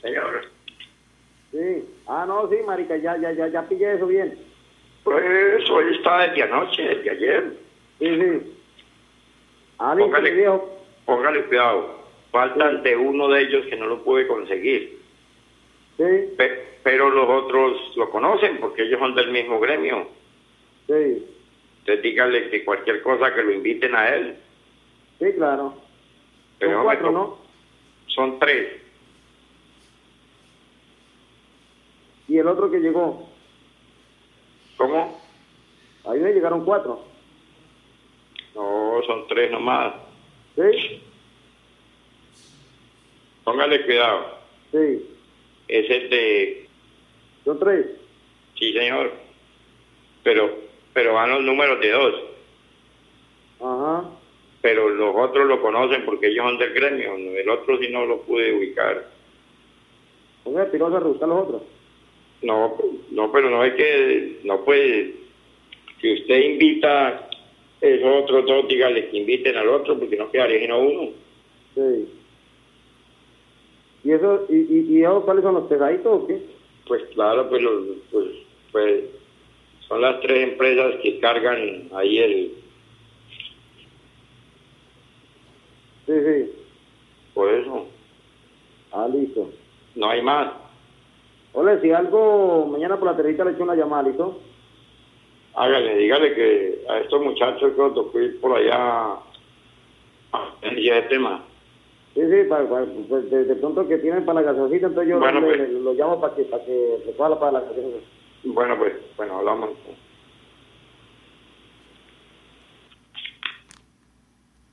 señor. Sí. Ah, no, sí, marica, ya, ya, ya, ya pillé eso bien. Pues hoy está desde anoche, desde ayer. Sí, sí. Ah, listo, Póngale. mi viejo. Póngale cuidado. Faltan de uno de ellos que no lo pude conseguir. Sí, Pe- pero los otros lo conocen porque ellos son del mismo gremio. sí. Entonces dígale que cualquier cosa que lo inviten a él. Sí, claro. Pero Son me cuatro, to- ¿no? Son tres. Y el otro que llegó. ¿Cómo? Ahí me llegaron cuatro. No, son tres nomás. Sí, Póngale cuidado. sí. Es el de... Son tres. Sí, señor. Pero, pero van los números de dos. Ajá. Pero los otros lo conocen porque ellos son del gremio. El otro sí no lo pude ubicar. Ponga el pirosa a rebuscar los otros. No, no, pero no es que, no puede, si usted invita esos otros dos, dígale que inviten al otro, porque no quedaría sino uno. Sí. ¿Y eso, y, y, y esos cuáles son los pesaditos o qué? Pues claro, pues, los- pues, pues son las tres empresas que cargan ahí el Sí, sí. por eso, Ah, listo. no hay más. Ole, si algo, mañana por la territa le echo una llamada, ¿listo? Hágale, dígale que a estos muchachos que los tocó ir por allá a ese tema. Sí, sí, para, para- pues, de, de pronto que tienen para la gasoncita, entonces yo Bueno, le- pues. le- lo llamo para que, para que recoja la- para la gasoncita. Bueno, pues, bueno, hablamos. entonces.